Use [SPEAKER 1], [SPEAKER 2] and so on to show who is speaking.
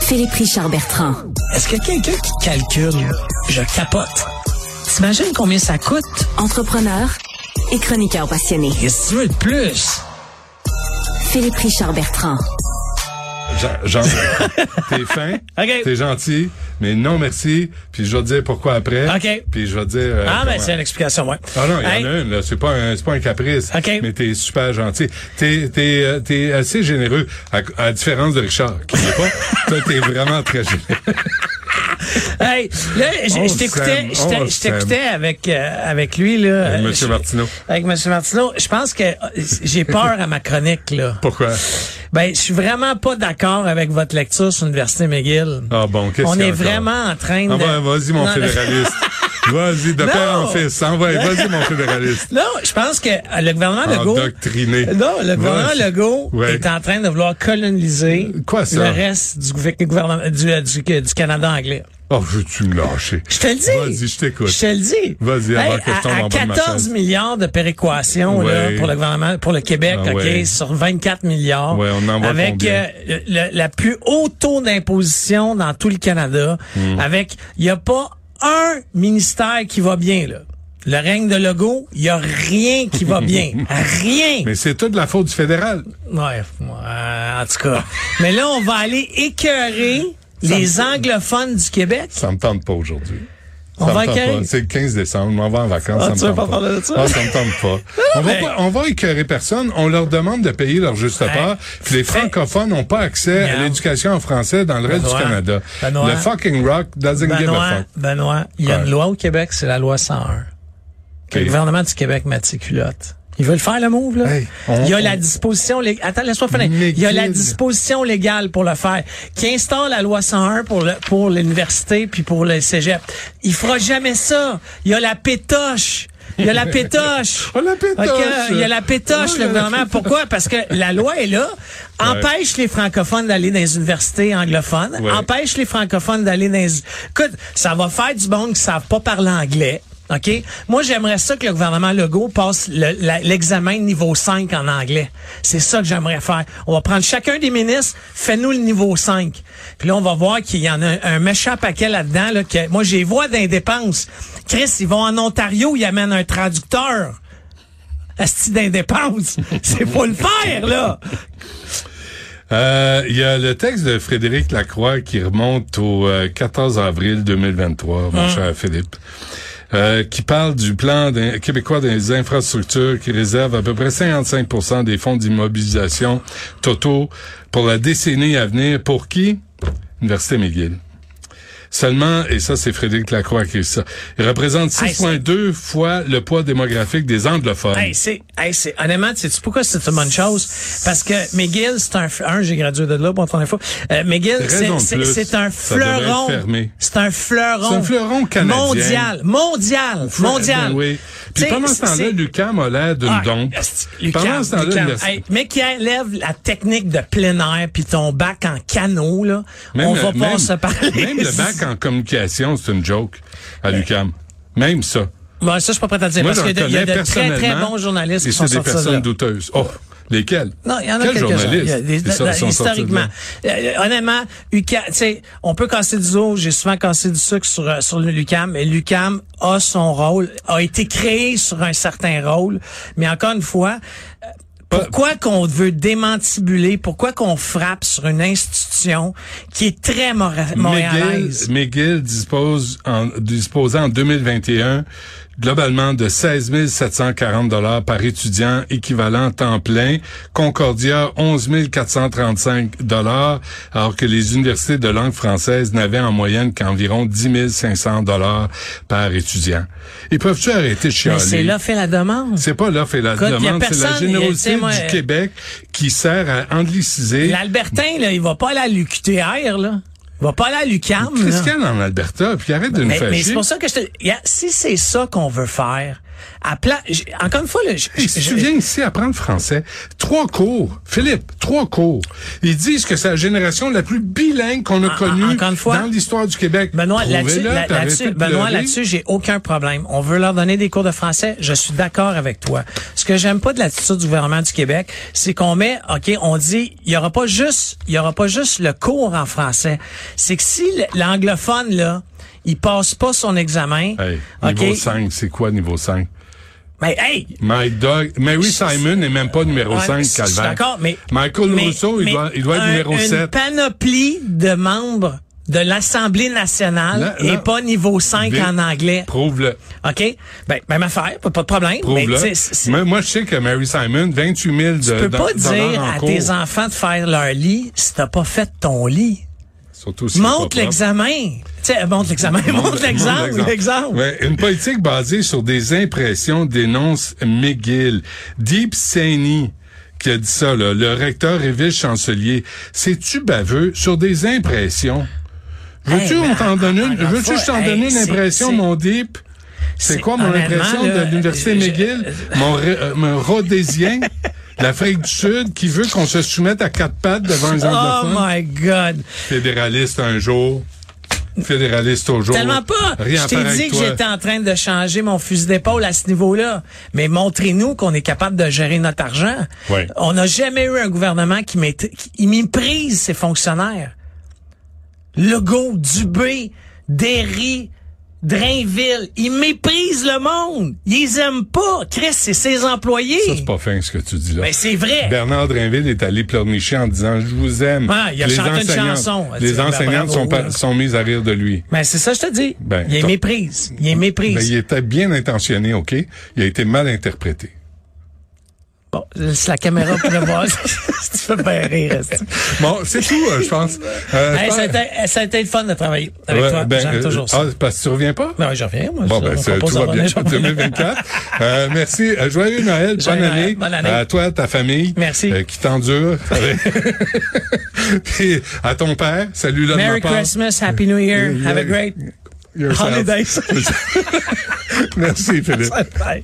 [SPEAKER 1] Philippe Richard Bertrand.
[SPEAKER 2] Est-ce que quelqu'un qui calcule, je capote. T'imagines combien ça coûte?
[SPEAKER 1] Entrepreneur et chroniqueur passionné.
[SPEAKER 2] Qu'est-ce que tu veux de plus?
[SPEAKER 1] Philippe Richard Bertrand.
[SPEAKER 3] Jean, Jean- t'es fin,
[SPEAKER 2] OK.
[SPEAKER 3] t'es gentil, mais non merci. Puis je vais te dire pourquoi après.
[SPEAKER 2] OK.
[SPEAKER 3] Puis je vais te dire. euh,
[SPEAKER 2] Ah, ben,
[SPEAKER 3] comment-
[SPEAKER 2] c'est une explication, ouais.
[SPEAKER 3] Ah non, il y
[SPEAKER 2] Hey,
[SPEAKER 3] en a une, là. C'est pas un, c'est pas un caprice.
[SPEAKER 2] OK.
[SPEAKER 3] Mais t'es super gentil. T'es, t'es, euh, t'es assez généreux, à, à la différence de Richard, qui n'est pas. Toi, t'es vraiment très généreux.
[SPEAKER 2] Hey, là, je
[SPEAKER 3] On
[SPEAKER 2] je t'écoutais,
[SPEAKER 3] s'aime,
[SPEAKER 2] je t'ai-
[SPEAKER 3] on
[SPEAKER 2] je t'écoutais avec, euh, avec lui, là.
[SPEAKER 3] Avec
[SPEAKER 2] Euh,
[SPEAKER 3] Monsieur
[SPEAKER 2] je-
[SPEAKER 3] Martineau.
[SPEAKER 2] Avec Monsieur Martineau. Je pense que euh, j'ai peur à ma chronique, là.
[SPEAKER 3] Pourquoi?
[SPEAKER 2] Ben, je suis vraiment pas d'accord avec votre lecture sur l'Université McGill.
[SPEAKER 3] Ah bon, qu'est-ce
[SPEAKER 2] On
[SPEAKER 3] qu'il y a
[SPEAKER 2] est
[SPEAKER 3] encore?
[SPEAKER 2] vraiment en train de...
[SPEAKER 3] Ah, ben, vas-y, mon
[SPEAKER 2] Non, non.
[SPEAKER 3] fédéraliste. Vas-y, de
[SPEAKER 2] Non.
[SPEAKER 3] père en fils. Envoie, vas-y, mon fédéraliste.
[SPEAKER 2] Non, je pense que euh, le gouvernement Legault...
[SPEAKER 3] Endoctriné.
[SPEAKER 2] Non, le gouvernement
[SPEAKER 3] Vas-y.
[SPEAKER 2] Legault
[SPEAKER 3] Ouais.
[SPEAKER 2] est en train de vouloir coloniser
[SPEAKER 3] Quoi, ça?
[SPEAKER 2] le reste du, gouver- gouvernement, du, euh, du, euh, du Canada anglais.
[SPEAKER 3] Oh, veux-tu me lâcher?
[SPEAKER 2] Je te le dis.
[SPEAKER 3] Vas-y, je t'écoute.
[SPEAKER 2] Je te le dis.
[SPEAKER 3] Vas-y, avant que je
[SPEAKER 2] à-
[SPEAKER 3] tombe
[SPEAKER 2] à,
[SPEAKER 3] en bas de ma
[SPEAKER 2] 14
[SPEAKER 3] chaise.
[SPEAKER 2] milliards de péréquations là,
[SPEAKER 3] Ouais.
[SPEAKER 2] pour le gouvernement, pour le Québec,
[SPEAKER 3] Ah
[SPEAKER 2] ok,
[SPEAKER 3] ouais.
[SPEAKER 2] sur 24 milliards.
[SPEAKER 3] Ouais, on en voit
[SPEAKER 2] avec
[SPEAKER 3] combien?
[SPEAKER 2] euh, le- la plus haute taux d'imposition dans tout le Canada.
[SPEAKER 3] Hmm.
[SPEAKER 2] Avec, il y a pas un ministère qui va bien là. Le règne de Legault, il y a rien qui va bien, rien.
[SPEAKER 3] Mais c'est toute la faute du fédéral.
[SPEAKER 2] Ouais, euh, en tout cas. Mais là, on va aller écœurer les anglophones du Québec.
[SPEAKER 3] Ça me tente pas aujourd'hui.
[SPEAKER 2] On
[SPEAKER 3] Ça
[SPEAKER 2] va
[SPEAKER 3] me tente
[SPEAKER 2] écœurer.
[SPEAKER 3] pas. C'est le 15 décembre, on m'en va en vacances.
[SPEAKER 2] Ah,
[SPEAKER 3] ça me
[SPEAKER 2] tu veux
[SPEAKER 3] tente
[SPEAKER 2] pas parler de ça?
[SPEAKER 3] Ah, ça me tente pas. on, va
[SPEAKER 2] mais-
[SPEAKER 3] pas- on va écœurer personne, on leur demande de payer leur juste part. Puis les
[SPEAKER 2] Fait-
[SPEAKER 3] francophones n'ont pas accès à
[SPEAKER 2] Regarde.
[SPEAKER 3] l'éducation en français dans le reste
[SPEAKER 2] Benoît,
[SPEAKER 3] du Canada.
[SPEAKER 2] Benoît.
[SPEAKER 3] le fucking rock doesn't give a
[SPEAKER 2] Benoît,
[SPEAKER 3] fuck.
[SPEAKER 2] Benoît, il y a
[SPEAKER 3] Ouais.
[SPEAKER 2] une loi au Québec, c'est la loi 101. Que
[SPEAKER 3] Ok.
[SPEAKER 2] Le gouvernement du Québec met ses culottes. Ils veulent faire le move, là.
[SPEAKER 3] Hey, on-
[SPEAKER 2] il y a
[SPEAKER 3] on-
[SPEAKER 2] la disposition légale. Attends, laisse-moi finir.
[SPEAKER 3] Mais
[SPEAKER 2] Il y a la
[SPEAKER 3] quel-
[SPEAKER 2] disposition légale pour le faire, qui instaure la loi 101 pour le, pour l'université puis pour le cégep. Il fera jamais ça. Il y a la pétoche. Il y a la pétoche.
[SPEAKER 3] Oh, la pétoche.
[SPEAKER 2] Ok, Il y a la pétoche,
[SPEAKER 3] Oh, il y
[SPEAKER 2] le
[SPEAKER 3] a la
[SPEAKER 2] gouvernement.
[SPEAKER 3] pétoche.
[SPEAKER 2] Pourquoi? Parce que la loi est là. Empêche les francophones d'aller dans les universités anglophones.
[SPEAKER 3] Ouais.
[SPEAKER 2] Empêche empêche les francophones d'aller dans les... Écoute, ça va faire du bon qui savent pas parler anglais. OK? Moi, j'aimerais ça que le gouvernement Legault passe le- la- l'examen de niveau 5 en anglais. C'est ça que j'aimerais faire. On va prendre chacun des ministres, fais-nous le niveau 5. Puis là, on va voir qu'il y en a un, un méchant paquet là-dedans. Là, que, moi, j'ai vois dans les dépenses. Chris, ils vont en Ontario, ils amènent un traducteur. Asti d'indépendance. C'est faut le faire, là.
[SPEAKER 3] Euh, Il y a le texte de Frédéric Lacroix qui remonte au euh, 14 avril 2023,
[SPEAKER 2] Ah.
[SPEAKER 3] mon cher Philippe, euh, qui parle du plan d'un- québécois des infrastructures qui réserve à peu près 55 des fonds d'immobilisation totaux pour la décennie à venir. Pour qui? Université McGill. Seulement, et ça c'est Frédéric Lacroix qui est ça, il représente
[SPEAKER 2] Hey,
[SPEAKER 3] 6,2 fois le poids démographique des anglophones.
[SPEAKER 2] Hey, c'est, hey, c'est, honnêtement, tu sais pourquoi c'est une bonne chose? Parce que McGill, c'est un, f- un, j'ai gradué de là, bon, ton info. Euh, McGill, c'est,
[SPEAKER 3] Raison de
[SPEAKER 2] c'est,
[SPEAKER 3] plus,
[SPEAKER 2] c'est un
[SPEAKER 3] ça devrait être
[SPEAKER 2] fleuron.
[SPEAKER 3] fermé.
[SPEAKER 2] C'est un fleuron.
[SPEAKER 3] C'est un fleuron canadien.
[SPEAKER 2] Mondial. Mondial. mondial.
[SPEAKER 3] Ben oui.
[SPEAKER 2] Tu
[SPEAKER 3] Puis
[SPEAKER 2] sais,
[SPEAKER 3] pendant ce temps-là,
[SPEAKER 2] c'est-
[SPEAKER 3] Lucam a l'air d'une
[SPEAKER 2] ah,
[SPEAKER 3] dompe.
[SPEAKER 2] asti,
[SPEAKER 3] Pendant
[SPEAKER 2] Lucam,
[SPEAKER 3] ce temps-là,
[SPEAKER 2] Lucam.
[SPEAKER 3] l'université-
[SPEAKER 2] Hey, mais qui élève la technique de plein air puis ton bac en canot, là, on va
[SPEAKER 3] le-
[SPEAKER 2] pas
[SPEAKER 3] même-
[SPEAKER 2] se parler.
[SPEAKER 3] Même le bac en communication, c'est une joke à l'UCAM. Même ça.
[SPEAKER 2] Bon, ça, je suis pas prêt à te dire,
[SPEAKER 3] Moi,
[SPEAKER 2] parce
[SPEAKER 3] j'en
[SPEAKER 2] qu'il y a de- il y a
[SPEAKER 3] connais
[SPEAKER 2] de très, très
[SPEAKER 3] personnellement,
[SPEAKER 2] bons journalistes
[SPEAKER 3] et
[SPEAKER 2] qui sont
[SPEAKER 3] c'est des
[SPEAKER 2] sortis de
[SPEAKER 3] personnes
[SPEAKER 2] là.
[SPEAKER 3] douteuses. Oh, lesquels?
[SPEAKER 2] Non, il y en a
[SPEAKER 3] Quels
[SPEAKER 2] quelques-uns. Il y a
[SPEAKER 3] journalistes?
[SPEAKER 2] des- ben,
[SPEAKER 3] Ils sont- sont sortis de
[SPEAKER 2] Historiquement.
[SPEAKER 3] là?
[SPEAKER 2] Euh, Honnêtement, UCAM, tu sais, on peut casser du zoo, j'ai souvent cassé du sucre sur, euh, sur le Lucam, mais Lucam a son rôle, a été créé sur un certain rôle, mais encore une fois, euh, pourquoi qu'on veut démantibuler, pourquoi qu'on frappe sur une institution qui est très mora- montréalaise?
[SPEAKER 3] McGill, McGill dispose en, disposait en 2021 globalement de 16 740 dollars par étudiant équivalent temps plein, Concordia 11 435 dollars, alors que les universités de langue française n'avaient en moyenne qu'environ 10 500 dollars par étudiant. Et peuvent-tu arrêter de
[SPEAKER 2] Mais Ben, c'est
[SPEAKER 3] chialer?
[SPEAKER 2] là fait la demande.
[SPEAKER 3] C'est pas l'offre et la
[SPEAKER 2] Écoute, y a
[SPEAKER 3] demande, c'est la
[SPEAKER 2] personne, y a- tu
[SPEAKER 3] générosité
[SPEAKER 2] sais, moi,
[SPEAKER 3] du
[SPEAKER 2] euh,
[SPEAKER 3] Québec qui sert à angliciser
[SPEAKER 2] L'Albertin, là, il va pas aller à l'UQTR, là. Il va pas aller à l'UCAM, là.
[SPEAKER 3] Christian en Alberta, puis arrête de nous
[SPEAKER 2] Mais,
[SPEAKER 3] faire
[SPEAKER 2] mais
[SPEAKER 3] chier.
[SPEAKER 2] c'est pour ça que je te... Regarde, si c'est ça qu'on veut faire, À pla- j- Encore une fois, là, j-
[SPEAKER 3] Et si
[SPEAKER 2] j-
[SPEAKER 3] tu viens ici apprendre le français, trois cours, Philippe, trois cours. Ils disent que c'est la génération la plus bilingue qu'on a
[SPEAKER 2] En- en-
[SPEAKER 3] connue
[SPEAKER 2] encore une fois,
[SPEAKER 3] dans l'histoire du Québec.
[SPEAKER 2] Benoît, là-dessus,
[SPEAKER 3] Trouvez-le,
[SPEAKER 2] là-
[SPEAKER 3] puis arrêtez
[SPEAKER 2] là-dessus,
[SPEAKER 3] de
[SPEAKER 2] Benoît,
[SPEAKER 3] pleurer.
[SPEAKER 2] là-dessus, j'ai aucun problème. On veut leur donner des cours de français. Je suis d'accord avec toi. Ce que j'aime pas de l'attitude du gouvernement du Québec, c'est qu'on met, OK, on dit, il y aura pas juste, il y aura pas juste le cours en français. C'est que si l- l'anglophone, là, il passe pas son examen,
[SPEAKER 3] Hey,
[SPEAKER 2] OK,
[SPEAKER 3] Niveau 5, c'est quoi niveau 5?
[SPEAKER 2] mais hey,
[SPEAKER 3] Mike Doug, Mary Simon n'est même pas numéro
[SPEAKER 2] Ouais, je
[SPEAKER 3] 5,
[SPEAKER 2] suis
[SPEAKER 3] Calvin.
[SPEAKER 2] d'accord, mais...
[SPEAKER 3] Michael
[SPEAKER 2] mais-
[SPEAKER 3] Rousseau, il,
[SPEAKER 2] mais
[SPEAKER 3] doit, il doit être
[SPEAKER 2] un-
[SPEAKER 3] numéro
[SPEAKER 2] Une
[SPEAKER 3] 7.
[SPEAKER 2] panoplie de membres de l'Assemblée nationale
[SPEAKER 3] Non,
[SPEAKER 2] et
[SPEAKER 3] non.
[SPEAKER 2] pas niveau 5
[SPEAKER 3] Vite.
[SPEAKER 2] en anglais.
[SPEAKER 3] Prouve-le.
[SPEAKER 2] OK? Ben, même affaire, pas, pas de problème. mais
[SPEAKER 3] Prouve-le.
[SPEAKER 2] tu sais, c'est-
[SPEAKER 3] Moi, moi, je sais que Mary Simon, 28 000 de,
[SPEAKER 2] tu peux
[SPEAKER 3] dans-
[SPEAKER 2] pas
[SPEAKER 3] dollars
[SPEAKER 2] dire
[SPEAKER 3] en
[SPEAKER 2] à
[SPEAKER 3] cours.
[SPEAKER 2] tes enfants de faire leur lit si t'as pas fait ton lit.
[SPEAKER 3] Surtout si
[SPEAKER 2] Montre
[SPEAKER 3] c'est pas propre.
[SPEAKER 2] l'examen. Tu sais, montre l'examen, montre l'exemple, l'exemple.
[SPEAKER 3] Ouais, une politique basée sur des impressions dénonce McGill. Deep Saini qui a dit ça, là, le recteur et vice-chancelier. C'est-tu baveux sur des impressions? Veux-tu
[SPEAKER 2] Hey,
[SPEAKER 3] que
[SPEAKER 2] mais
[SPEAKER 3] je t'en donne une,
[SPEAKER 2] encore une
[SPEAKER 3] veux-tu que je
[SPEAKER 2] fois,
[SPEAKER 3] t'en
[SPEAKER 2] hey,
[SPEAKER 3] donner une
[SPEAKER 2] c'est-
[SPEAKER 3] impression,
[SPEAKER 2] c'est-
[SPEAKER 3] mon Deep? C'est
[SPEAKER 2] c'est-
[SPEAKER 3] quoi mon
[SPEAKER 2] honnêtement,
[SPEAKER 3] impression
[SPEAKER 2] là, euh,
[SPEAKER 3] de l'Université
[SPEAKER 2] je-
[SPEAKER 3] McGill? Mon, ré- euh, mon rhodésien, l'Afrique du Sud, qui veut qu'on se soumette à quatre pattes devant les
[SPEAKER 2] Oh
[SPEAKER 3] anglophones?
[SPEAKER 2] my God.
[SPEAKER 3] Fédéraliste un jour, fédéraliste toujours.
[SPEAKER 2] Tellement pas.
[SPEAKER 3] Rien à
[SPEAKER 2] je t'ai
[SPEAKER 3] faire
[SPEAKER 2] dit
[SPEAKER 3] avec
[SPEAKER 2] que
[SPEAKER 3] toi.
[SPEAKER 2] j'étais en train de changer mon fusil d'épaule à ce niveau-là. Mais montrez-nous qu'on est capable de gérer notre argent.
[SPEAKER 3] Ouais.
[SPEAKER 2] On n'a jamais eu un gouvernement qui, mét- qui il méprise ses fonctionnaires. Legault, Dubé, Derry, Drainville, ils méprisent le monde. Ils les aiment pas. Chris, c'est ses employés.
[SPEAKER 3] Ça, c'est pas fin ce que tu dis là.
[SPEAKER 2] Ben, c'est vrai.
[SPEAKER 3] Bernard Drinville est allé pleurnicher en disant Je vous aime.
[SPEAKER 2] Ah, il a
[SPEAKER 3] les
[SPEAKER 2] chanté une
[SPEAKER 3] enseignantes-
[SPEAKER 2] chanson.
[SPEAKER 3] Les
[SPEAKER 2] Ben,
[SPEAKER 3] enseignantes
[SPEAKER 2] bravo,
[SPEAKER 3] sont, pas-
[SPEAKER 2] là.
[SPEAKER 3] sont mises à rire de lui.
[SPEAKER 2] Mais c'est ça, je te dis.
[SPEAKER 3] Ben,
[SPEAKER 2] il les
[SPEAKER 3] t'as-
[SPEAKER 2] méprise. Il les méprise.
[SPEAKER 3] Ben, il était bien intentionné, OK? Il a été mal interprété.
[SPEAKER 2] Bon, laisse la caméra pour le voir. tu fais bien rire. est-ce que-
[SPEAKER 3] Bon, c'est tout, euh, je pense. Euh,
[SPEAKER 2] Hey,
[SPEAKER 3] je
[SPEAKER 2] ça, a
[SPEAKER 3] pense-
[SPEAKER 2] été, eh, ça a été le fun de travailler avec
[SPEAKER 3] Ouais,
[SPEAKER 2] toi.
[SPEAKER 3] ben,
[SPEAKER 2] J'aime
[SPEAKER 3] euh,
[SPEAKER 2] toujours ça.
[SPEAKER 3] ah, parce que tu reviens pas?
[SPEAKER 2] non, je reviens, moi.
[SPEAKER 3] Bon,
[SPEAKER 2] je-
[SPEAKER 3] ben,
[SPEAKER 2] on
[SPEAKER 3] ça,
[SPEAKER 2] propose
[SPEAKER 3] tout va
[SPEAKER 2] d'en
[SPEAKER 3] bien.
[SPEAKER 2] revenir, je reviens.
[SPEAKER 3] 2024. euh, merci. Euh, Joyeux Noël.
[SPEAKER 2] Joyeux
[SPEAKER 3] bonne,
[SPEAKER 2] Noël,
[SPEAKER 3] année
[SPEAKER 2] bonne année.
[SPEAKER 3] À toi, à ta famille.
[SPEAKER 2] Merci.
[SPEAKER 3] euh, qui t'endure. Puis à ton père. Salut-le de ma
[SPEAKER 2] Merry
[SPEAKER 3] part.
[SPEAKER 2] Christmas, Happy New Year,
[SPEAKER 3] Yeah.
[SPEAKER 2] have a great
[SPEAKER 3] Yourself.
[SPEAKER 2] holiday.
[SPEAKER 3] Merci, Philippe.
[SPEAKER 2] Bye.